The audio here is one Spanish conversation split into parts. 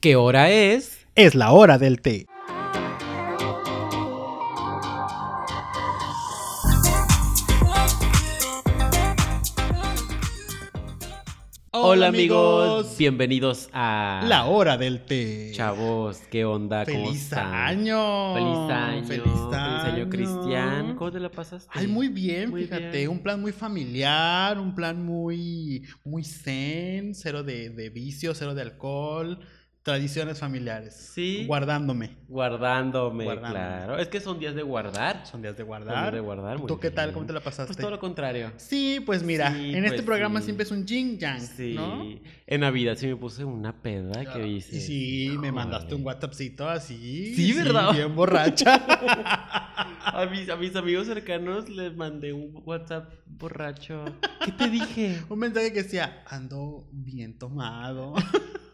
¿Qué hora es? Es la hora del té. Hola amigos, bienvenidos a La hora del té. Chavos, ¿qué onda? ¿Cómo Feliz están? año. Feliz año. Feliz Feliz año. año, Cristian. ¿Cómo te la pasaste? Ay, muy bien, Muy fíjate, bien. un plan muy familiar, un plan muy, muy zen, cero de, de vicio, cero de alcohol, tradiciones familiares. Sí. Guardándome. Guardándome, Guardándome. claro. Es que son días de guardar. Son días de Son guardar. días de guardar. muy ¿Tú qué tal? bien. ¿Cómo te la pasaste? Pues todo lo contrario. Sí, pues mira, Sí, en este pues programa sí. siempre es un yin yang, Sí. ¿no? Ah, En Navidad sí me puse una peda que Y dices. sí, me "Híjole". mandaste un WhatsAppcito así. Sí, ¿verdad? Bien borracha. A mis, a mis amigos cercanos les mandé un WhatsApp borracho. ¿Qué te dije? un mensaje que decía, ando bien tomado.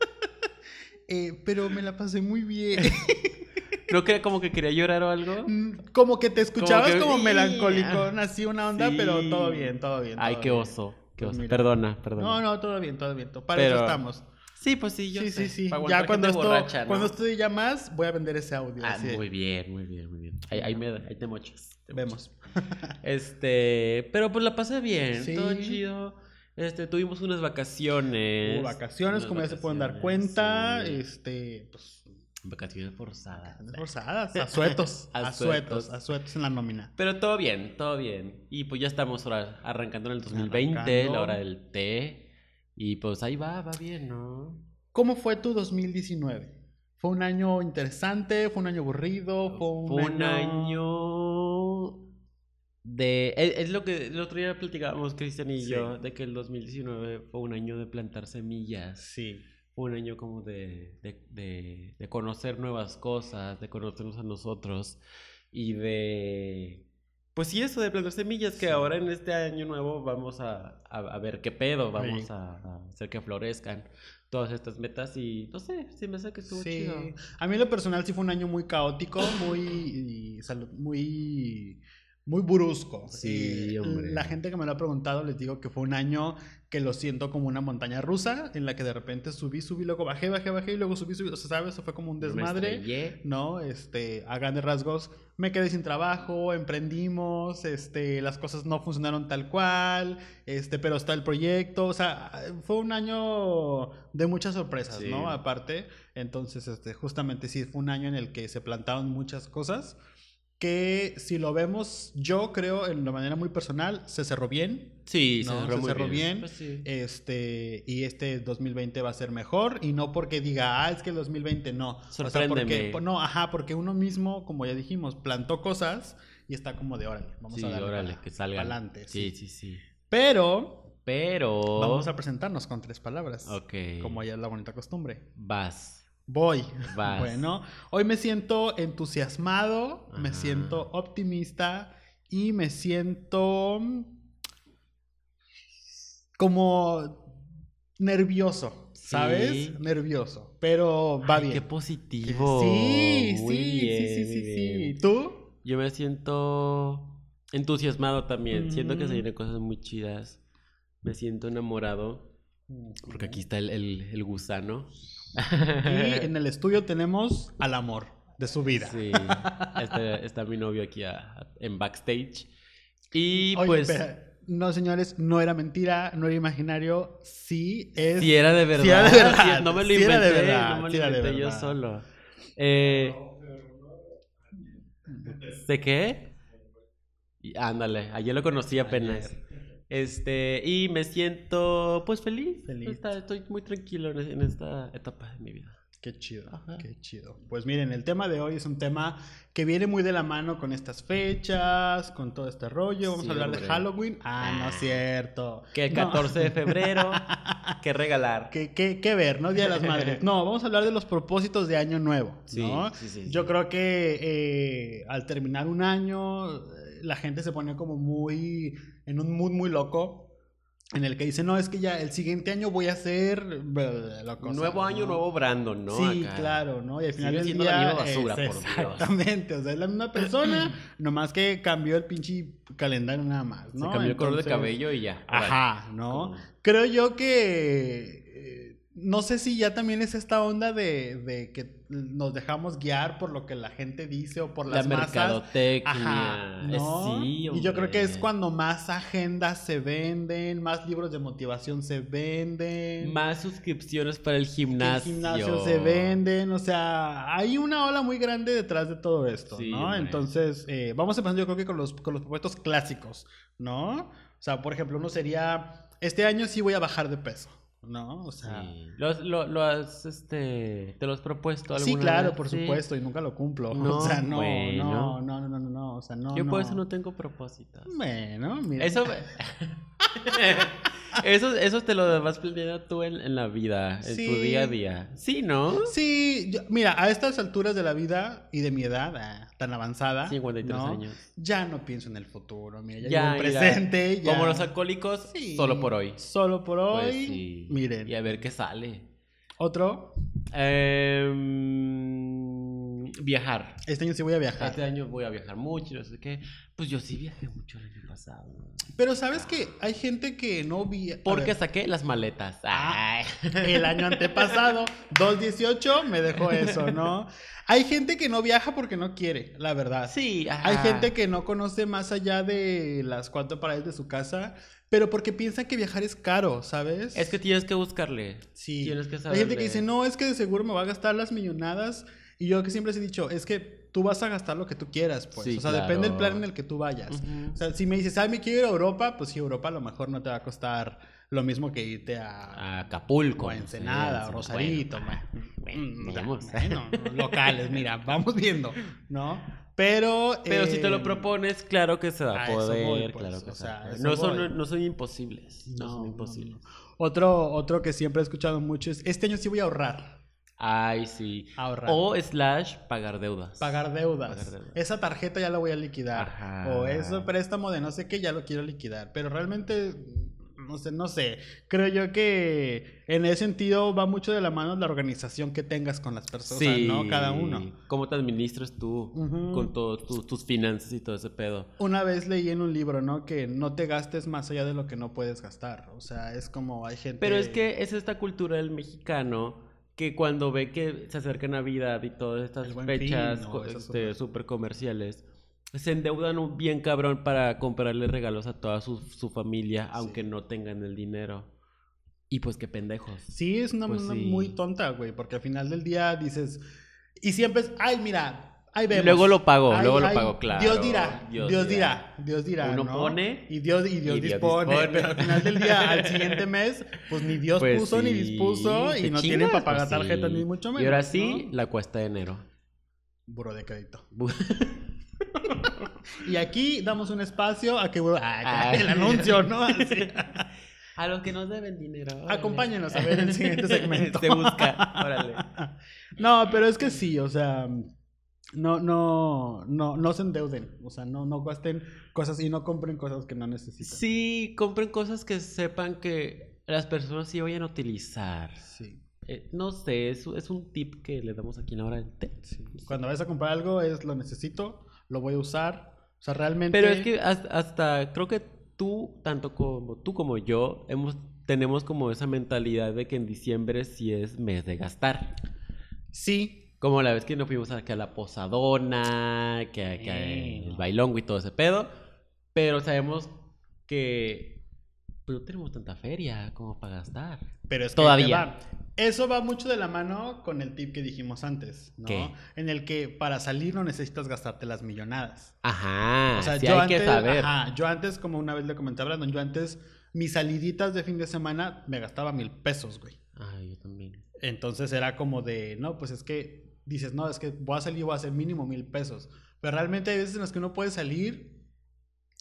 Eh, pero me la pasé muy bien. ¿No que como que quería llorar o algo? Mm, como que te escuchabas que- como, melancólico, así una onda, Sí. pero todo bien, todo bien. Ay, todo qué bien. oso. Qué Pues oso. mira. Perdona, perdona. No, no, todo bien, todo bien. todo- Para Pero- eso estamos. Sí, pues sí, yo sí, sé. sí, sí, Pa' aguantar Ya cuando gente esto, borracha, ¿no? cuando estudie ya más, voy a vender ese audio. Ah, así de- muy bien, muy bien, muy bien. Ahí, ahí me, ahí te mochas. te Vemos. mochas. Este, pero pues la pasé bien, Sí. todo chido. Este, tuvimos unas vacaciones. Hubo vacaciones, Unas como ya se pueden dar vacaciones, cuenta, sí. este, pues, Vacaciones forzadas. forzadas, asuetos, Asuetos. asuetos, asuetos en la nómina. Pero todo bien, todo bien. Y pues ya estamos ahora arrancando en el 2020, Arrancando. la hora del té. Y pues ahí va, va bien, ¿no? ¿Cómo fue tu 2019? ¿Fue un año interesante? ¿Fue un año aburrido? ¿Fue un, año... año de... e, Es, es lo que el otro día platicábamos Cristian y Sí. yo, de que el 2019 fue un año de plantar semillas, Sí, fue un año como de, de, de- de conocer nuevas cosas, de conocernos a nosotros y de... Pues sí, eso de plantar semillas, que Sí. ahora en este año nuevo vamos a, a, a ver qué pedo, vamos Sí. a, a hacer que florezcan todas estas metas y no sé, se me hace que estuvo sí. chido. A mí en lo personal sí fue un año muy caótico, muy, y salud- muy, muy brusco. Eh, Sí, hombre. La gente que me lo ha preguntado les digo que fue un año que lo siento como una montaña rusa, en la que de repente subí, subí, luego bajé, bajé, bajé y luego subí, subí. O sea, ¿sabes? Eso fue como un Me desmadre. estrellé. ¿no? Este, a grandes rasgos, me quedé sin trabajo, emprendimos, este, las cosas no funcionaron tal cual, este, pero está el proyecto, o sea, fue un año de muchas sorpresas, Sí. ¿no? Aparte, entonces, este, justamente sí, fue un año en el que se plantaron muchas cosas que si lo vemos, yo creo, en una manera muy personal, se cerró bien, Sí, ¿no? se cerró, Se muy cerró bien. Pues sí. este, y este 2020 va a ser mejor, y no porque diga, ah, es que el 2020 no. O sea, Sorpréndeme. porque, no, ajá, porque uno mismo, como ya dijimos, plantó cosas y está como de, órale, vamos sí, a darle órale, para- que salga. para adelante. Sí, sí, Sí, sí. Pero Pero. vamos a presentarnos con tres palabras, Ok. como ya es la bonita costumbre. Vas. Voy. Vas. Bueno, hoy me siento entusiasmado, me Ajá. siento optimista y me siento como nervioso, ¿sabes? Sí. Nervioso, pero va Ay, bien. Qué positivo. Sí, Muy sí, bien, sí, sí, muy sí, sí. bien. ¿Tú? Yo me siento entusiasmado también. Siento que se Ujú. vienen cosas muy chidas. Me siento enamorado. Porque aquí está el, el- el gusano. Y en el estudio tenemos al amor de su vida. Sí, está, está mi novio aquí a- en backstage. Y Oye, pues, espera, No, señores, no era mentira, no era imaginario, sí es... si era de verdad, sí era de verdad, sí, no me lo sí era de inventé, verdad, no me sí lo era de inventé yo verdad. solo. Eh, ¿De qué? Y- Ándale, ayer lo conocí apenas. Este, y me siento pues feliz. Feliz. Está- estoy muy tranquilo en, en esta etapa de mi vida. Qué chido, Ajá. qué chido. Pues miren, el tema de hoy es un tema que viene muy de la mano con estas fechas, con todo este rollo. Vamos Sí, a hablar de hombre. Halloween. Ah, no Ah. es cierto. Que el No. 14 de febrero, que regalar. ¿Qué, qué- qué ver, no? Día de las Madres. No, vamos a hablar de los propósitos de Año Nuevo, Sí, ¿no? sí, sí, Yo sí. creo que eh, al terminar un año, eh, la gente se pone como muy en un mood muy loco. En el que dice, no, es que ya el siguiente año voy a hacer bla, la cosa", Nuevo año, ¿no? nuevo Brandon, ¿no? Sí, Acá. claro, ¿no? Y al final Sigue del siendo día, la misma basura, es por Dios. Exactamente, o sea, es la misma persona, nomás que cambió el pinche calendario nada más, Se ¿no? cambió el color de Entonces, cabello y ya. Ajá, ¿no? Como- Creo yo que eh, no sé si ya también es esta onda de, de que nos dejamos guiar por lo que la gente dice o por La las masas. mercadotecnia. Ajá, Eh, ¿no? sí, y yo creo que es hombre. cuando más agendas se venden, más libros de motivación se venden, Más suscripciones para el que el gimnasio. gimnasio se venden, o sea, hay una ola muy grande detrás de todo esto, Sí, ¿no? hombre. Entonces, eh, vamos empezando yo creo que con los, con los propuestos clásicos, ¿no? O sea, por ejemplo, uno sería, este año sí voy a bajar de peso, ¿no? O sea... Sí. ¿Lo, lo- lo has, este, ¿Te lo has propuesto alguna Sí, claro, vez? por Sí. supuesto, y nunca lo cumplo. No, o sea, no, bueno. no, no, no, no, no, no, o sea, no. Yo por eso no. Mm. no tengo propósitos. Bueno, mira. Eso... eso, eso te lo vas planeando tú en, en la vida, en tu Sí. día a día. Sí, ¿no? Sí, yo- mira, a estas alturas de la vida y de mi edad ah, tan avanzada, 53 ¿no? años. ya no pienso en el futuro, mira, ya, Ya, llevo el mira, presente, ya. Como los alcohólicos, Sí, solo por hoy. Solo por hoy. Pues sí. Miren, Y a ver qué sale. otro, Em, viajar. este año sí voy a viajar. Este año voy a viajar mucho, no sé qué. Pues yo sí viajé mucho el año pasado. Pero sabes que hay gente que no vi a Porque ver, saqué las maletas. Ah. Ay. el año antepasado, 218, me dejó eso, ¿no? Hay gente que no viaja porque no quiere, la verdad. Sí, Ah. ajá. Hay gente que no conoce más allá de las cuatro paredes de su casa, pero porque piensan que viajar es caro, ¿sabes? Es que tienes que buscarle. sí. tienes que Hay gente que saberle. dice, no, es que de seguro me va a gastar las millonadas. Y yo que siempre les he dicho, es que tú vas a gastar lo que tú quieras, pues. Sí, o sea, claro. depende del plan en el que tú vayas. Ujú. O sea, si me dices, ay, me quiero ir a Europa, pues sí, Europa a lo mejor no te va a costar lo mismo que irte a, A Acapulco. o a Ensenada, Sí, o sí, Rosarito, bueno, ma- bueno, mm, ya, digamos. bueno, locales, mira, vamos viendo, ¿no? Pero... Pero si te eh, lo propones, claro que se va a a eso poder. voy, pues, claro que o se va a sea, poder. eso No son, voy. no son imposibles. No, No, son no, imposibles. Otro, otro que siempre he escuchado mucho es, este año sí voy a ahorrar. Ay, sí. Ahorrar. O slash pagar deudas. Ah, Pagar deudas. Pagar deudas. Esa tarjeta ya la voy a liquidar. Ajá. O ese préstamo de no sé qué ya lo quiero liquidar. Pero realmente, no sé, no sé. Creo yo que en ese sentido va mucho de la mano la organización que tengas con las personas, Pues, ¿no? Cada uno. ¿Cómo te administras tú Ujú. con todo, tu- tus finanzas y todo ese pedo? Una vez leí en un libro, ¿no? Que no te gastes más allá de lo que no puedes gastar. O sea, es como hay gente... Pero es que es esta cultura del mexicano que cuando ve que se acerca Navidad y todas estas El Buen fechas Fin, ¿no? co- Esas este, cosas. super comerciales se endeudan un bien cabrón para comprarle regalos a toda su, su familia, aunque no tengan el dinero. Y pues qué pendejos. Sí, es una Pues una sí. muy tonta, güey, porque al final del día dices, y siempre es, ay, mira, ahí vemos. Luego lo pago, Ay, luego lo ay, pago, claro. Dios dirá, Dios, Dios dirá, Dios dirá. Uno ¿no? pone y Dios, y Dios y Dios dispone, dispone. pero al final del día, al siguiente mes, pues ni Dios Pues puso ni sí, dispuso y te no chingas, tienen para pues pagar tarjetas sí. ni mucho menos. Y ahora ¿no? sí, la cuesta de enero. Buro de crédito. Bu- Y aquí damos un espacio a que ah, Ay. el anuncio, ¿no? Así. A los que nos deben dinero. órale. Acompáñenos a ver el siguiente segmento. Te busca, órale. No, pero es que sí, o sea, no, no, no, no se endeuden, o sea, no, no gasten cosas y no compren cosas que no necesitan. Sí, compren cosas que sepan que las personas sí vayan a utilizar. Sí, Eh, no sé, es, es un tip que le damos aquí en la hora del té. sí. Cuando vayas a comprar algo es lo necesito, lo voy a usar, o sea, realmente. Pero es que has- hasta, creo que tú, tanto como tú como yo, hemos, tenemos como esa mentalidad de que en diciembre sí es mes de gastar. sí, Como la vez que nos fuimos a, que a la posadona, que, a- que a Sí. el bailongo y todo ese pedo. Pero sabemos que pues, no tenemos tanta feria como para gastar. pero es que Todavía. ahí te va. Eso va mucho de la mano con el tip que dijimos antes, ¿no? ¿Qué? En el que para salir no necesitas gastarte las millonadas. Ajá, O sea, Ah, sí yo hay antes, que saber. ajá, yo antes, como una vez le comenté a Brandon, yo antes mis saliditas de fin de semana me gastaba mil pesos, güey. Ay, yo también. Entonces era como de, no, pues es que dices, no, es que voy a salir y voy a hacer mínimo mil pesos. Pero realmente hay veces en las que uno puede salir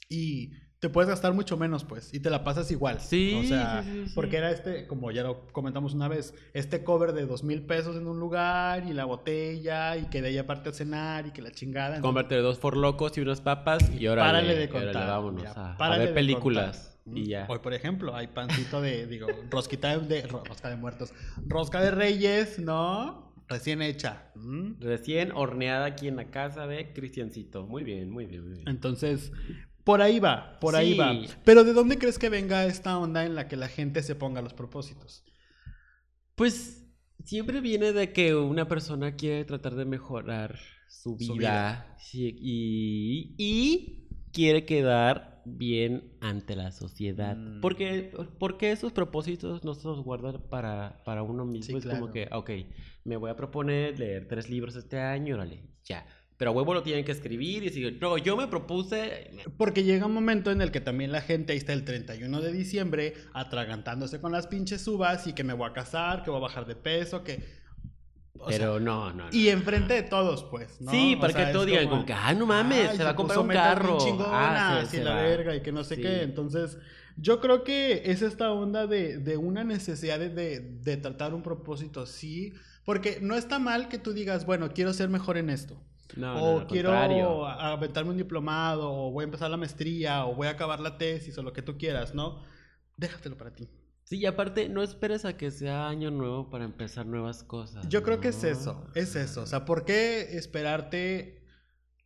y te puedes gastar mucho menos, pues, y te la pasas igual. Sí, O sea, sí, sí, sí. porque era este, como ya lo comentamos una vez, este cover de dos mil pesos en un lugar y la botella y que de ahí aparte a cenar y que la chingada. Entonces, Cómprate dos forlocos y unas papas y ahora párale de contar. vámonos mira, a- a, párale ver de películas. contar. Y ya. Hoy, por ejemplo, hay pancito de, digo, rosquita de, de- ro- rosca de muertos, rosca de reyes, ¿no? Recién hecha. Mm. ¿m? Recién horneada aquí en la casa de Cristiancito. Muy bien, muy bien, muy bien. Entonces, por ahí va, por ahí Sí. va. Pero ¿de dónde crees que venga esta onda en la que la gente se ponga los propósitos? Pues siempre viene de que una persona quiere tratar de mejorar su vida, Su sí, y, y quiere quedar bien ante la sociedad. Mm. Porque, porque esos propósitos no se los guarda para, para uno mismo. Sí, es como que, claro. ok, me voy a proponer leer tres libros este año, órale, ya. Pero a huevo lo tienen que escribir y decir, no, yo me propuse... Porque llega un momento en el que también la gente ahí está el 31 de diciembre atragantándose con las pinches uvas y que me voy a casar, que voy a bajar de peso, que... o sea, Pero no, no, no. y enfrente de todos, pues, ¿no? Sí, O para sea, que es todos digan, como como- que, ah, no mames, Ay, se va a comprar puso un metas bien carro. chingonas ah, se- y se la va. verga y que no sé Sí. qué. Entonces, yo creo que es esta onda de, de una necesidad de, de- de tratar un propósito, sí. Porque no está mal que tú digas, bueno, quiero ser mejor en esto. No, o no, al quiero contrario. a- aventarme un diplomado, o voy a empezar la maestría, o voy a acabar la tesis, o lo que tú quieras, ¿no? Déjatelo para ti. Sí, y aparte, no esperes a que sea año nuevo para empezar nuevas cosas. Yo creo que es ¿no? eso, es eso. O sea, ¿por qué esperarte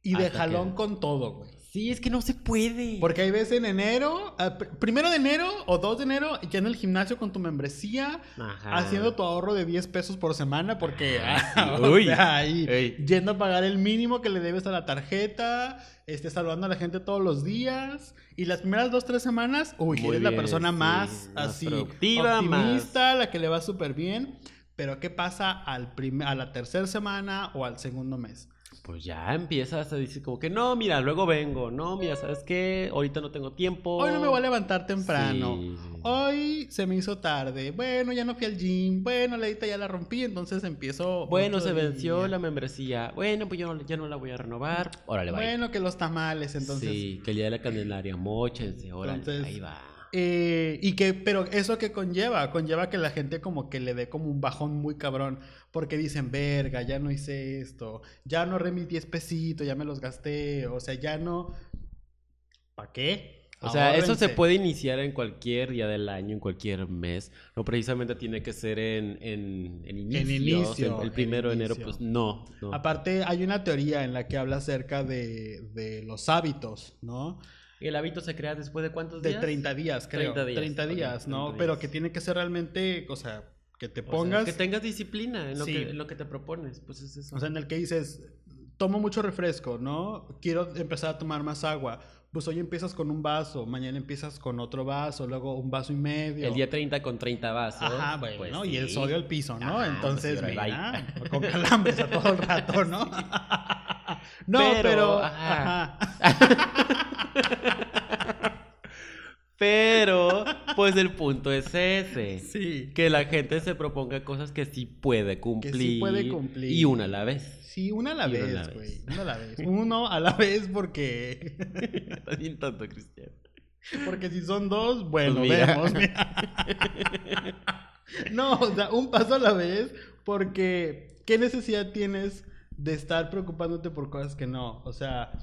y de Hasta que- jalón con todo, güey? Sí, es que no se puede. Porque hay veces en enero, a pr- primero de enero o 2 de enero, ya en el gimnasio con tu membresía, Ajá. haciendo tu ahorro de 10 pesos por semana, porque Ah, sí. o Uy. sea, ahí, Ey. yendo a pagar el mínimo que le debes a la tarjeta, este, saludando a la gente todos los días. Y las primeras 2, 3 semanas, uy, Muy eres la bien, persona sí, más más así, productiva, optimista, la que le va súper bien. Pero ¿qué pasa al prim- a la tercera semana o al segundo mes? Pues ya empiezas a decir como que no, mira, luego vengo. No, mira, ¿sabes qué? Ahorita no tengo tiempo. Hoy no me voy a levantar temprano. Oh, Oh, Sí, sí, sí. Hoy se me hizo tarde. Bueno, ya no fui al gym. Bueno, la edita ya la rompí, entonces empiezo. Bueno, otro se venció día. la membresía. Bueno, pues yo no, ya no la voy a renovar. Órale, va. Bueno, que los tamales, entonces. sí, que el día de la Candelaria, mochense, órale, Entonces- ahí va. Eh, y que, pero eso que conlleva, conlleva que la gente como que le dé como un bajón muy cabrón, porque dicen, verga, ya no hice esto, ya no ahorré mis 10 pesitos, ya me los gasté, o sea, ya no. ¿Para qué? O sea, eso se Ahórrense. puede iniciar en cualquier día del año, en cualquier mes. No precisamente tiene que ser en, en, en inicio. inicio, el en primero de enero, inicio. pues no. no. Aparte, hay una teoría en la que habla acerca de, de los hábitos, ¿no? ¿El hábito se crea después de cuántos De días? 30 días, creo. 30 30 días, días, ok, ¿no? 30 Pero días. que tiene que ser realmente, o sea, que te O sea, pongas. que tengas disciplina en lo, Sí. que, en lo que te propones. Pues es eso. O sea, en el que dices, tomo mucho refresco, ¿no? Quiero empezar a tomar más agua. Pues hoy empiezas con un vaso, mañana empiezas con otro vaso, luego un vaso y medio. el día 30 con 30 vasos. Ajá, bueno, pues Y el sí. sodio al piso, ¿no? Ajá, Entonces, pues sí, ahora mira, con calambres a todo el rato, ¿no? no, Pero, pero... ajá. ajá. Pero, pues el punto es ese. Sí. Que la gente se proponga cosas que sí puede cumplir. puede cumplir. Y una a la vez. Sí, una a la Y una a la vez, vez. güey. Una a la vez. Uno a la vez porque... Estás bien tonto, Cristian. Porque si son dos, bueno, Pues mira. vemos. mira. no, o sea, un paso a la vez, porque ¿qué necesidad tienes de estar preocupándote por cosas que no? O sea,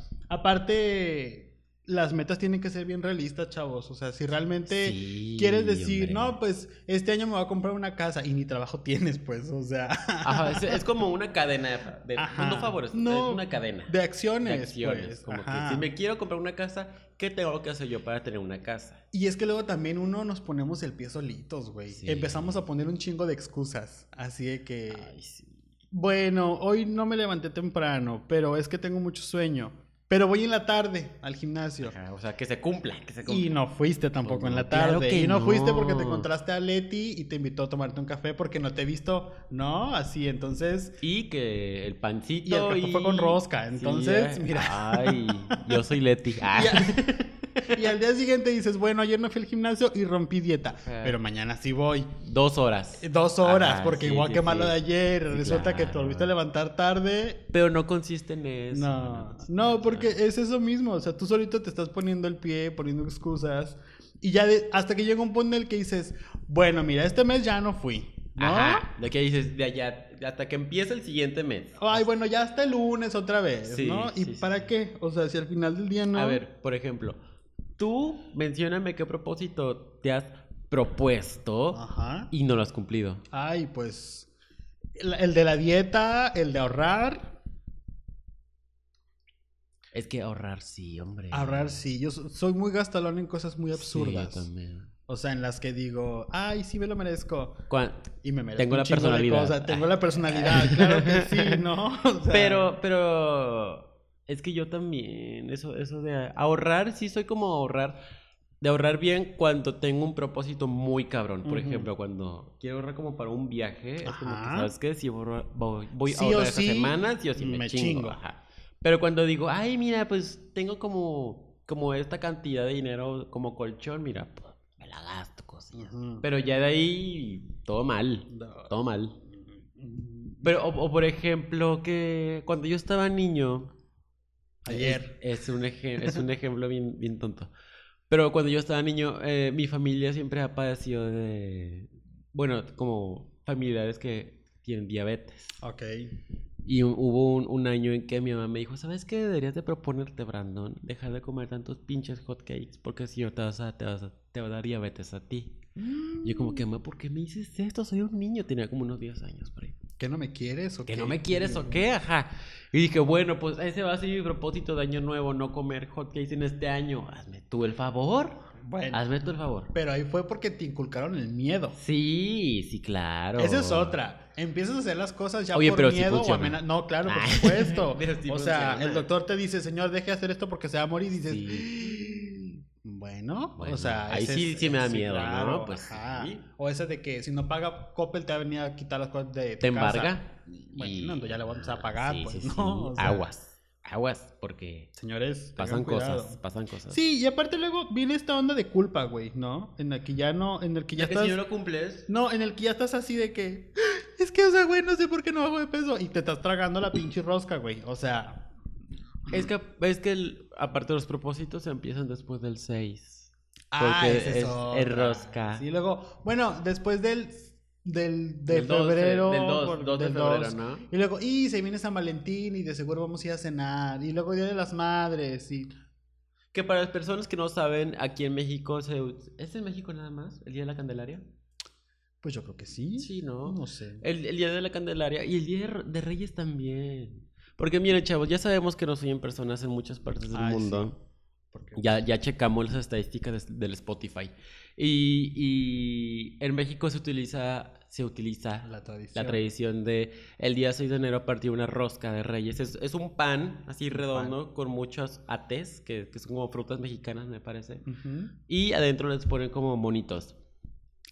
aparte, las metas tienen que ser bien realistas, chavos. O sea, si realmente Sí, quieres decir, hombre. no, pues este año me voy a comprar una casa y ni trabajo tienes, pues, o sea, Ajá, es, es como una cadena de, Ajá. no favores, No, es una cadena de acciones. de acciones. pues, como ajá. que si me quiero comprar una casa, ¿qué tengo que hacer yo para tener una casa? Y es que luego también uno nos ponemos el pie solitos, güey. Sí. Empezamos a poner un chingo de excusas. Así de que, Ay, sí. bueno, hoy no me levanté temprano, pero es que tengo mucho sueño. Pero voy en la tarde al gimnasio. Ajá, o sea, que se cumpla, que se Y cumpla. no fuiste tampoco Pues en no, la claro tarde. que y no, fuiste no. porque te encontraste a Leti y te invitó a tomarte un café porque no te he visto, ¿no? Así, entonces, Y que el pancito Y el café fue con rosca, entonces, ay, mira. Ay, yo soy Leti. Ah. y al día siguiente dices, bueno, ayer no fui al gimnasio y rompí dieta, Ajá. pero mañana sí voy. Dos horas. Dos horas, Ajá, porque sí, igual sí, que malo sí. de ayer, resulta que te claro. volviste a levantar tarde. Pero no consiste en eso. No, no, porque es eso mismo, o sea, tú solito te estás poniendo el pie, poniendo excusas, y ya de- hasta que llega un punto en el que dices, bueno, mira, este mes ya no fui, ¿no? Ajá, de que dices, de allá, hasta que empiece el siguiente mes. Ay, bueno, ya hasta el lunes otra vez, Sí, ¿no? ¿Y sí, sí, para sí. qué? O sea, si al final del día no... A ver, por ejemplo, tú mencióname qué propósito te has propuesto Ajá. y no lo has cumplido. Ay, pues, el, el de la dieta, el de ahorrar, Es que ahorrar sí, hombre. ahorrar sí, yo so- soy muy gastalón en cosas muy Sí, absurdas. yo también. O sea, en las que digo, ay, sí me lo merezco. Cuan- Y me merezco. Tengo un la chingo de personalidad. Ah. cosas. Tengo la personalidad, claro que sí, ¿no? O sea, Pero, pero es que yo también, eso, eso de ahorrar, sí soy como ahorrar, de ahorrar bien cuando tengo un propósito muy cabrón. Por Ujú. ejemplo, cuando quiero ahorrar como para un viaje, es como que, Ajá. ¿sabes qué? Si ahorro- voy, voy Sí a o ahorrar esta sí, semana, sí o sí me, me chingo. chingo. ajá. Pero cuando digo, ay, mira, pues tengo como, como esta cantidad de dinero como colchón, mira, pues, me la gasto, cosillas. Ujú. Pero ya de ahí, todo mal, No. todo mal. Pero, o, o por ejemplo, que cuando yo estaba niño. Ayer. Es, es un, eje- es un ejemplo bien, bien tonto. Pero cuando yo estaba niño, eh, mi familia siempre ha padecido de. Bueno, como familiares que tienen diabetes. Ok. Y hu- hubo un, un año en que mi mamá me dijo: ¿Sabes qué? Deberías de proponerte, Brandon, dejar de comer tantos pinches hotcakes, porque si no te vas a, te vas a- te va a dar diabetes a ti. Y yo, como que, mamá, ¿por qué me dices esto? Soy un niño, tenía como unos 10 años por ahí. ¿Que no me quieres o ¿Que qué? no me quieres o qué? Ajá. Y dije, bueno, pues ese va a ser mi propósito de año nuevo, no comer hotcakes en este año. Hazme tú el favor. Bueno. Hazme tú el favor. Pero ahí fue porque te inculcaron el miedo. Sí, sí, claro. Esa es otra. Empiezas a hacer las cosas ya Oye, por pero sí miedo o funciona. amenaza. No, claro, por Ah. supuesto. Pero sí o sea, funciona. el doctor te dice, señor, deje de hacer esto porque se va a morir. Y dices, bueno, Bueno, o sea. ahí ese sí- es- sí me da miedo, ¿no? Pues ajá. sí. O esa de que si no paga Coppel te va a venir a quitar las cosas de tu ¿Te casa. embarga? Bueno, ya le vamos a Ah, pagar, sí, pues, sí, sí. ¿no? O sea, Aguas. Aguas, porque Señores, pasan tengan cuidado. cosas, pasan cosas. Sí, y aparte luego viene esta onda de culpa, güey, ¿no? En la que ya no, en el que ya estás... lo cumples. No, en el que ya estás así de que. "Ah, Es que, o sea, güey, no sé por qué no bajo de peso. Y te estás tragando la pinche rosca, güey. O sea. Es que, es que el- aparte los propósitos empiezan después del 6. Porque ah, esa es- otra. es rosca. Sí, luego. Bueno, después del. Del, de Del dos, febrero. del dos, por- dos de del febrero, dos. ¿no? Y luego, y se viene San Valentín y de seguro vamos a ir a cenar. Y luego Día de las Madres. Y. Que para las personas que no saben, aquí en México se... ut- ¿Es en México nada más? ¿El Día de la Candelaria? Pues yo creo que sí. Sí, ¿no? No sé. El, el Día de la Candelaria y el Día de Re- de Reyes también. Porque miren, chavos, ya sabemos que nos oyen personas en muchas partes del Ay, sí. mundo. Porque- Ya, ya checamos las estadísticas des- del Spotify. Y, y en México se utiliza, se utiliza La tradición. la tradición de el día 6 de enero a partir de una rosca de reyes. Es, es un pan así redondo con muchos ates, que, que son como frutas mexicanas, me parece. Ujú. Y adentro les ponen como monitos.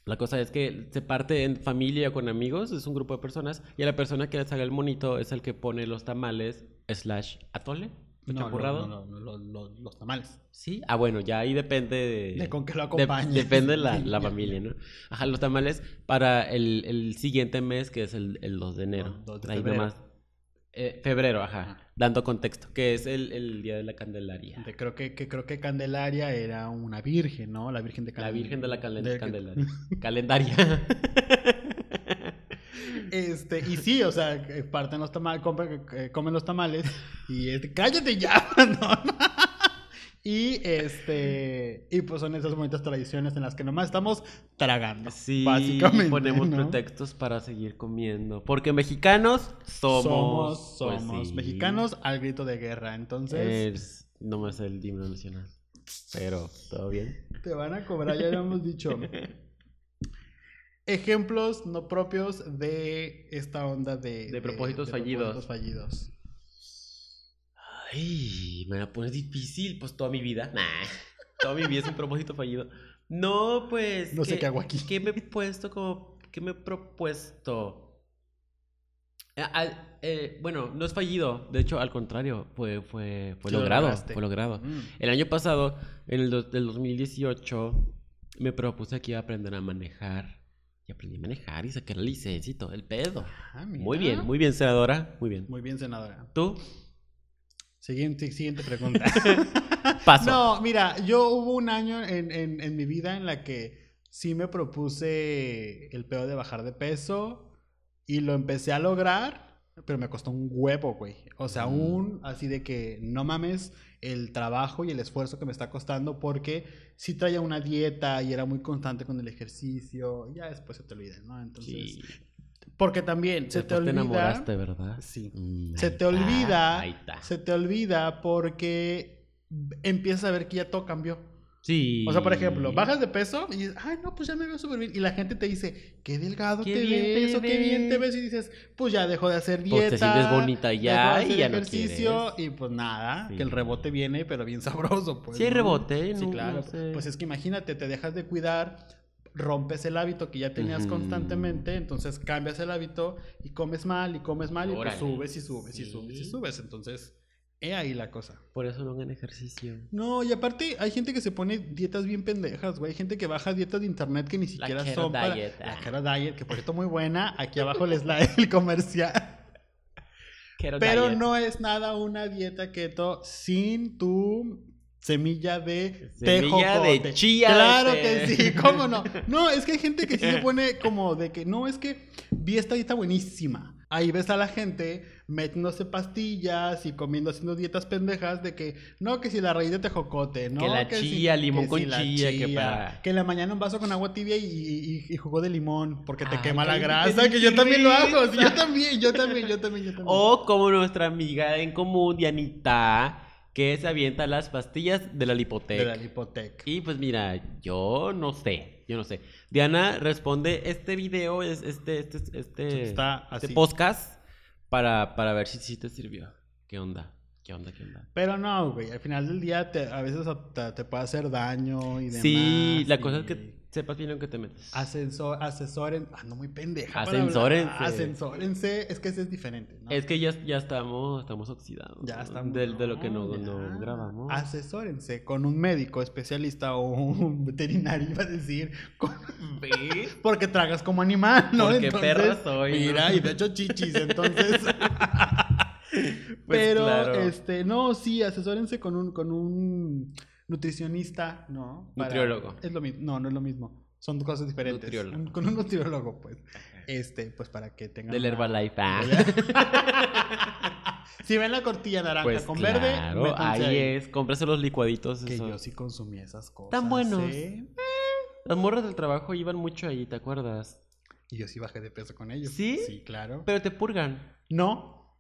La cosa es que se parte en familia o con amigos, es un grupo de personas, y a la persona que les haga el monito es el que pone los tamales slash atole. No, lo- ¿Champurrado? no, no, lo- lo- los tamales. Sí, ah bueno, ya ahí depende de... De con que lo de- acompañes. depende la, la familia, ¿no? Ajá, los tamales para el, el siguiente mes, que es el, el 2 de enero. No, 2 de Ahí febrero. nomás. Eh, febrero, ajá. Ajá. Dando contexto, que es el, el día de la Candelaria. De- creo que, que creo que Candelaria era una virgen, ¿no? La Virgen de La Candelaria. Virgen de la Calen- Candelaria. Calendaria. Este, y sí, o sea, que parten los tamales, comen los tamales y este, cállate ya, no. Y este, y pues son esas bonitas tradiciones en las que nomás estamos tragando. Sí, básicamente. ponemos ¿no? pretextos para seguir comiendo. Porque mexicanos somos. Somos, Pues somos sí. mexicanos al grito de guerra. Entonces, Es- no me sé el himno nacional. Pero, ¿todo bien? Te van a cobrar, ya habíamos dicho. Ejemplos no propios de esta onda de... De propósitos fallidos. propósitos fallidos. Ay, me la pones difícil, pues toda mi vida. Nah, toda mi vida es un propósito fallido. No, pues. No sé que- qué hago aquí. ¿Qué me he puesto como... ¿Qué me he propuesto? Eh, al- eh, bueno, no es fallido. De hecho, al contrario, fue, fue, fue Lo logrado. lograste. Fue logrado. Mm. El año pasado, en el, dos- del 2018, me propuse que iba a aprender a manejar. Y aprendí a manejar y saqué la licencia y todo el pedo. Ah, Muy mira. bien, muy bien, senadora. Muy bien. Muy bien, senadora. ¿Tú? Siguiente, siguiente pregunta. Paso. no, mira, yo hubo un año en, en- en mi vida en la que sí me propuse el pedo de bajar de peso y lo empecé a lograr, pero me costó un huevo, güey. O sea, Mm. un así de que no mames el trabajo y el esfuerzo que me está costando porque sí traía una dieta y era muy constante con el ejercicio. Ya después se te olvida, ¿no? Entonces, Sí. porque también se te Después olvida. enamoraste, ¿verdad? Sí. Mm, Se ahí te está, olvida, Ahí está. se te olvida porque empiezas a ver que ya todo cambió. Sí. O sea, por ejemplo, bajas de peso y dices, ay, no, pues ya me veo súper bien. Y la gente te dice, qué delgado Qué te bien te ves, o qué bien te ves. Y dices, pues ya dejo de hacer dieta. Pues te sientes bonita dejó ya de y hacer ya no Y pues nada, Sí. que el rebote viene, pero bien sabroso. Pues, Sí, hay ¿no? rebote, Sí, no- claro. no sé. Pues es que imagínate, te dejas de cuidar, rompes el hábito que ya tenías Ujú. constantemente, entonces cambias el hábito y comes mal y comes mal Órale. y pues subes y subes y subes y Sí. subes. Entonces, he ahí la cosa. Por eso no hagan ejercicio. No, y aparte hay gente que se pone dietas bien pendejas, güey. Hay gente que baja dietas de internet que ni siquiera Keto son para... Diet, La ah. Keto Diet, que por cierto muy buena. Aquí abajo les da el comercial. Keto Pero diet. no es nada una dieta keto sin tu semilla de Semilla tejocote. de chía, Claro este. que sí, cómo no. No, es que hay gente que sí se pone como de que no, es que vi esta dieta buenísima. Ahí ves a la gente metiéndose pastillas y comiendo, haciendo dietas pendejas de que no, que si la raíz de tejocote, no. Que la si- chía, limón con la chía, que para- Que en la mañana un vaso con agua tibia y, y- y- y jugo de limón porque te Ay, quema la cállate, grasa, que yo también lo hago. sí, Luisa. yo también, yo también, yo también, yo también. O como nuestra amiga en común, Dianita, que se avienta las pastillas de la lipoteca. De la Lipotec. Y pues mira, yo no sé, yo no sé. Diana responde este video, es este, este, este, Está este así. podcast para, para ver si sí te sirvió. ¿Qué onda? ¿Qué onda? ¿Qué onda? Pero no, güey, al final del día te- a veces hasta te puede hacer daño y demás. Sí, la y- cosa es que sepas bien lo que te metes. Ascenso- asesoren, ando muy pendeja. Asensórense. Asensórense, es que ese es diferente, ¿no? Es que ya, ya estamos, estamos oxidados. Ya ¿no? estamos. Del- de, lo que no, ya. Ah, no grabamos. Asesórense con un médico especialista o un veterinario, iba a decir, con- ¿Ves? porque tragas como animal, ¿no? Porque Entonces, perra soy, ¿no? Mira, y de hecho chichis, entonces. Pues Pero, claro. este, no, sí, asesórense con un, con un nutricionista, ¿no? Nutriólogo. Es lo mismo. No, no es lo mismo. Son cosas diferentes. Nutriólogo. Un- con un nutriólogo, pues. Este, pues para que tengan. Del una- Herbalife. ah. Si ven la cortilla naranja Pues con claro, verde, métanse ahí, es. Cómprase los licuaditos. Que esos. yo sí consumí esas cosas. Tan buenos. ¿eh? Las morras del trabajo iban mucho ahí, ¿te acuerdas? Y yo sí bajé de peso con ellos. ¿Sí? Sí, claro. Pero te purgan. No.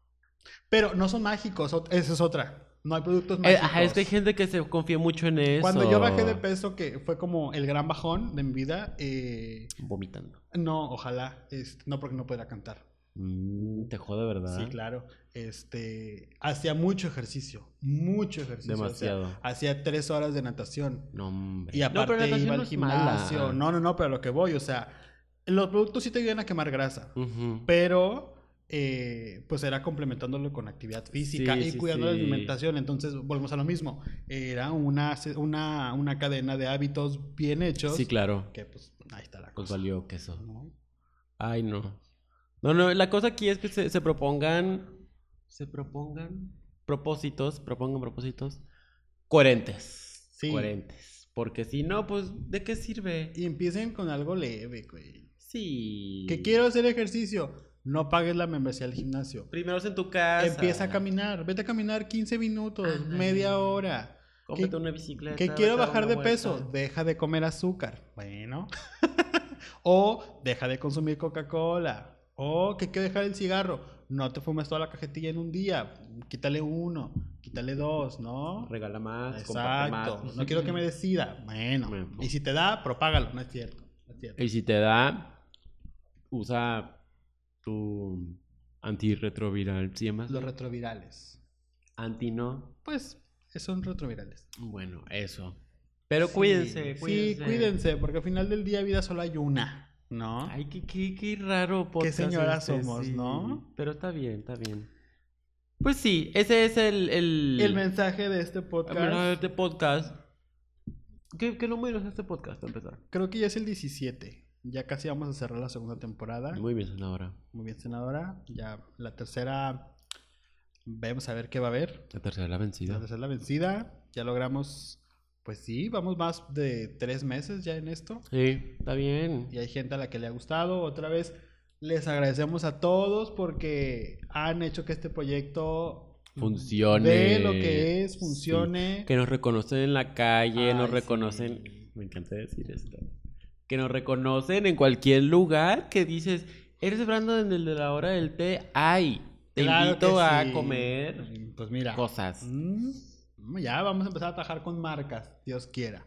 Pero no son mágicos. ot- Esa es otra. No hay productos Eh, mágicos. ajá, es que hay gente que se confía mucho en eso. Cuando yo bajé de peso, que fue como el gran bajón de mi vida, eh, Vomitando. no, ojalá, este, no porque no pudiera cantar. Mm, te jode, ¿verdad? Sí, claro. Este, hacía mucho ejercicio, mucho ejercicio. o sea, Demasiado. hacía tres horas de natación No, hombre. y no, pero la aparte canción iba no al es mala. gimnasio. No, no, no, pero a lo que voy, o sea, los productos sí te ayudan a quemar grasa, Ujú. pero eh, pues era complementándolo con actividad física Sí, y sí, cuidando la sí. alimentación. Entonces, volvemos a lo mismo. Era una, una, una cadena de hábitos bien hechos. Sí, claro. Que pues ahí está la Pues cosa. valió queso. ¿no? Ay, no. No, no, la cosa aquí es que se, se propongan. Se propongan propósitos, propongan propósitos coherentes. Sí. Coherentes. Porque si no, pues, ¿de qué sirve? Y empiecen con algo leve, güey. Sí. Que quiero hacer ejercicio. No pagues la membresía al gimnasio. Primero es en tu casa. Empieza a caminar. Vete a caminar 15 minutos, Ándale. media hora. Cómprate Que- una bicicleta. Que vete quiero a dar bajar una de peso. vuelta. Deja de comer azúcar. Bueno. o deja de consumir Coca-Cola. O que quiero dejar el cigarro. No te fumes toda la cajetilla en un día. Quítale uno, quítale dos, ¿no? Regala más. comparte Exacto. más. No quiero que me decida. Bueno. Bueno. Y si te da, propágalo. No es cierto. No es cierto. Y si te da, usa tu antirretroviral. ¿Sí llamas? Los retrovirales. Anti no. Pues son retrovirales. Bueno, eso. Pero Sí, cuídense, cuídense. Sí, cuídense, porque al final del día vida solo hay una, ¿no? Ay, qué, qué, qué raro podcast este, señoras somos, ¿no? Pero está bien, está bien. Pues sí, ese es el... El, El mensaje de este el mensaje de podcast este podcast. ¿Qué, qué número es este podcast para empezar? creo que ya es el 17. Ya casi vamos a cerrar la segunda temporada. Muy bien, senadora. Muy bien, senadora. Ya la tercera, vamos a ver qué va a haber. La tercera, la La vencida. tercera es la vencida. Ya logramos, pues sí, vamos más de tres meses ya en esto. Sí, está bien. y hay gente a la que le ha gustado. Otra vez les agradecemos a todos porque han hecho que este proyecto Funcione. De lo que es, Sí. funcione. Que nos reconocen en la calle, nos Ay, reconocen... sí. Me encanta decir esto. Que nos reconocen en cualquier lugar que dices, eres Brandon en el de la hora del té. Ay, te Claro que invito a sí. comer Pues mira, cosas. mm, ya vamos a empezar a trabajar con marcas, Dios quiera.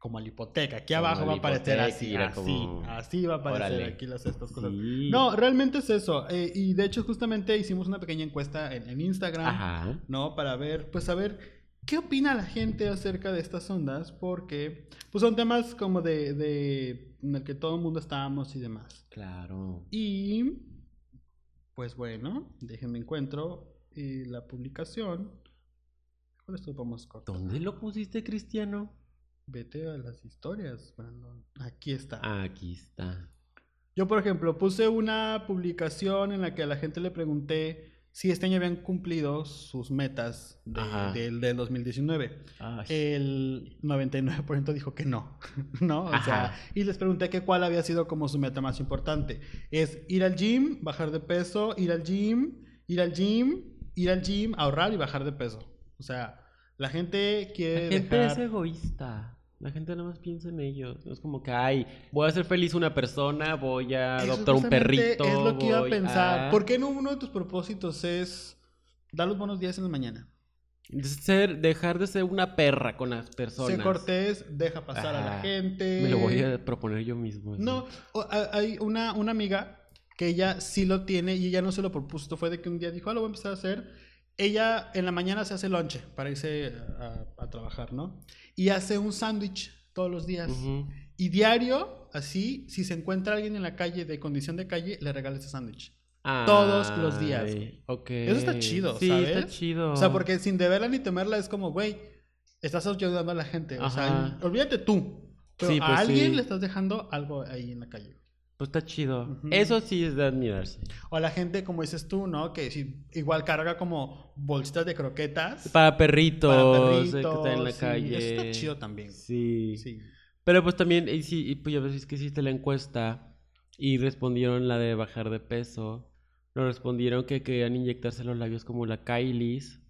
como la hipoteca. Aquí Como abajo la va a aparecer hipoteca, así, era así, como- así va a aparecer Órale. aquí las estas cosas. Sí. No, realmente es eso. eh, y de hecho, justamente hicimos una pequeña encuesta en, en Instagram, Ajá. ¿no? Para ver, pues a ver, ¿qué opina la gente acerca de estas ondas? Porque, pues son temas como de, de en el que todo el mundo estábamos y demás. Claro. Y, pues bueno, déjenme encuentro y la publicación. Con esto vamos corto. ¿Dónde lo pusiste, Cristiano? Vete a las historias, Brandon. Aquí está. Ah, aquí está. Yo, por ejemplo, puse una publicación en la que a la gente le pregunté si este año habían cumplido sus metas de- Ajá. del, del 2019. Eh, El 99% dijo que no, ¿no? O sea, Ajá. y les pregunté que cuál había sido como su meta más importante. Es ir al gym, bajar de peso, ir al gym, ir al gym, ir al gym, ahorrar y bajar de peso. O sea, la gente La quiere gente es dejar... egoísta. La gente nada más piensa en ellos. No Es como que, ay, voy a hacer feliz una persona, voy a Eso adoptar un justamente perrito. Es lo que iba a voy ah. pensar. a- ¿Por qué no uno de tus propósitos es dar los buenos días en la mañana? Ser, dejar de ser una perra con las personas. Sé cortés, deja pasar a la Ajá. gente. Me lo voy a proponer yo mismo. eso. No, o- a- hay una, una amiga que ella sí lo tiene y ella no se lo propuso. Fue de que un día dijo, ah, lo voy a empezar a hacer. Ella en la mañana se hace lonche para irse a, a trabajar, ¿no? Y hace un sándwich todos los días. Ujú. Y diario, así, si se encuentra alguien en la calle de condición de calle, le regala ese sándwich. Todos los días, Ay, güey. ok. Eso está chido, sí, ¿sabes? está chido. O sea, porque sin deberla ni temerla es como, güey, estás ayudando a la gente. O sea, Ajá. olvídate tú. Pero Sí, a pues, alguien sí. le estás dejando algo ahí en la calle. Pues está chido. Ujú. Eso sí es de admirarse. O a la gente, como dices tú, ¿no? Que si, igual carga como bolsitas de croquetas. Para perritos, para eh, que perritos, están en la sí. calle. Eso está chido también. Sí. Sí. Pero pues también, y sí, y pues ya ves que hiciste la encuesta y respondieron la de bajar de peso. Nos respondieron que querían inyectarse los labios como la Kylie's.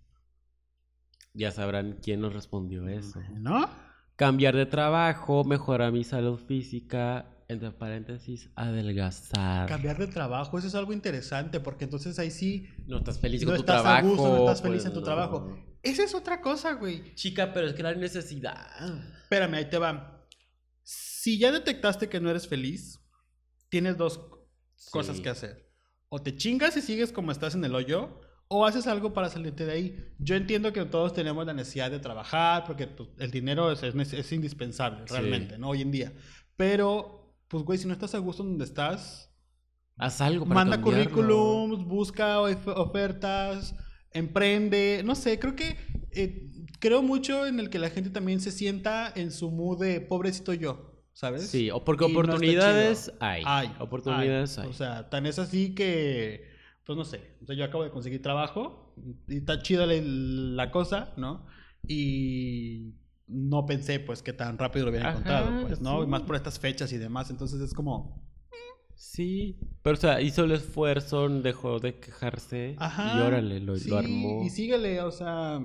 Ya sabrán quién nos respondió eso. ¿No? Cambiar de trabajo, mejorar mi salud física, entre paréntesis, adelgazar. Cambiar de trabajo, eso es algo interesante, porque entonces ahí sí No estás feliz no con tu estás a trabajo. gusto, no estás feliz pues, en tu no. trabajo. Esa es otra cosa, güey. Chica, pero es que la necesidad. Espérame, ahí te va. Si ya detectaste que no eres feliz, tienes dos cosas Sí. que hacer. O te chingas y sigues como estás en el hoyo, o haces algo para salirte de ahí. Yo entiendo que todos tenemos la necesidad de trabajar, porque pues, el dinero es, es nece- es indispensable, Sí. realmente, ¿no? Hoy en día. Pero, pues, güey, si no estás a gusto donde estás, Haz algo para manda cambiarlo. currículums, busca of- ofertas, emprende, no sé, creo que eh, creo mucho en el que la gente también se sienta en su mood de pobrecito yo, ¿sabes? Sí, o porque Y no está oportunidades chido. hay. Hay, Oportunidades hay. hay. O sea, tan es así que, pues no sé, o sea, yo acabo de conseguir trabajo y está chida la, la cosa, ¿no? Y no pensé pues que tan rápido lo hubiera Ajá, encontrado, pues, ¿no? sí. Y más por estas fechas y demás, entonces es como, Sí, pero o sea, hizo el esfuerzo, dejó de quejarse Ajá. y órale, lo, lo sí, armó. Y síguele, o sea,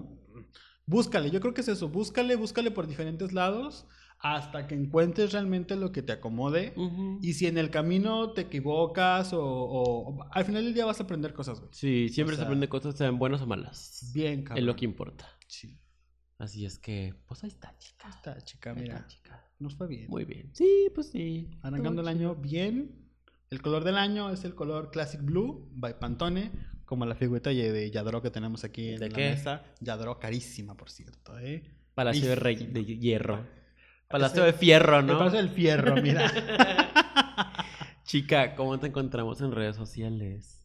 búscale, yo creo que es eso, búscale, búscale por diferentes lados hasta que encuentres realmente lo que te acomode. Ujú. Y si en el camino te equivocas o, o- al final del día vas a aprender cosas, güey. Sí, siempre o sea, se aprende cosas, sean buenas o malas. Bien, cabrón. Es lo que importa. Sí. Así es que, pues ahí está, chica. Ahí Está, chica, Ahí mira, está, chica. nos fue bien. Muy bien. Sí, pues sí. Arrancando el Todo año bien. El color del año es el color Classic Blue by Pantone, como la figurita ye- de Yadro que tenemos aquí en ¿De la qué? mesa. Yadro carísima, por cierto, ¿eh? chido. Palacio de, Y- Rey, de Hierro. Palacio de Fierro, Me ¿no? parece el fierro, mira. Chica, ¿cómo te encontramos en redes sociales?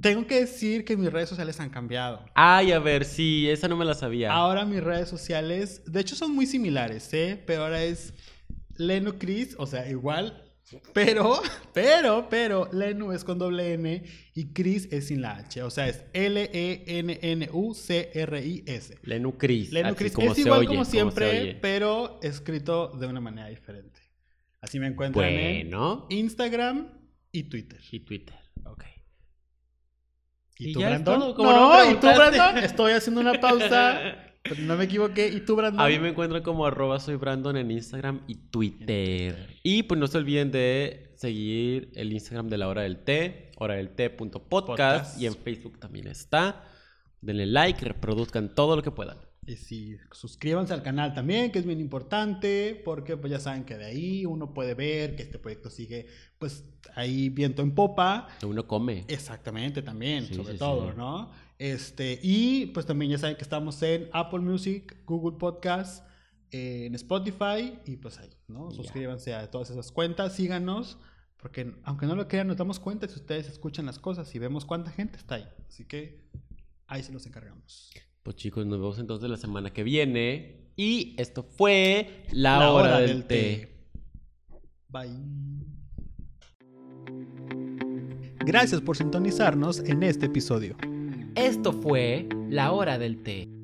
Tengo que decir que mis redes sociales han cambiado. Ay, a ver, sí, esa no me la sabía. Ahora mis redes sociales, de hecho son muy similares, ¿eh? Pero ahora es Leno Cris, o sea, igual, pero, pero, pero, Leno es con doble N y Cris es sin la H, o sea, es E L-E-N-N-U-C-R-I-S. Lenucris. Leno así Cris como es se igual oye, como se siempre, oye. pero escrito de una manera diferente. Así me encuentran Bueno. en Instagram y Twitter. Y Twitter. Ok. ¿Y, Y tú, ya es Brandon? todo, como no, no ¿y tú, preguntaste. Brandon? Estoy haciendo una pausa. pero no me equivoqué. ¿Y tú, Brandon? A mí me encuentran como arroba soy Brandon en Instagram y Twitter. Y pues no se olviden de seguir el Instagram de la hora del té, hora del té.podcast Podcast. y en Facebook también está. Denle like, reproduzcan todo lo que puedan. Y sí, suscríbanse al canal también, que es bien importante, porque pues ya saben que de ahí uno puede ver que este proyecto sigue pues ahí viento en popa. Uno come. Eh. Exactamente, también, Sí, sobre sí, todo, sí. ¿no? Este, y pues también ya saben que estamos en Apple Music, Google Podcast, eh, en Spotify y pues ahí, ¿no? Ya. Suscríbanse a todas esas cuentas, síganos, porque aunque no lo crean, nos damos cuenta si ustedes escuchan las cosas y vemos cuánta gente está ahí. Así que ahí se los encargamos. Pues chicos, nos vemos entonces la semana que viene. Y esto fue La, hora, del, té. Bye. Gracias por sintonizarnos en este episodio. Esto fue La hora del té.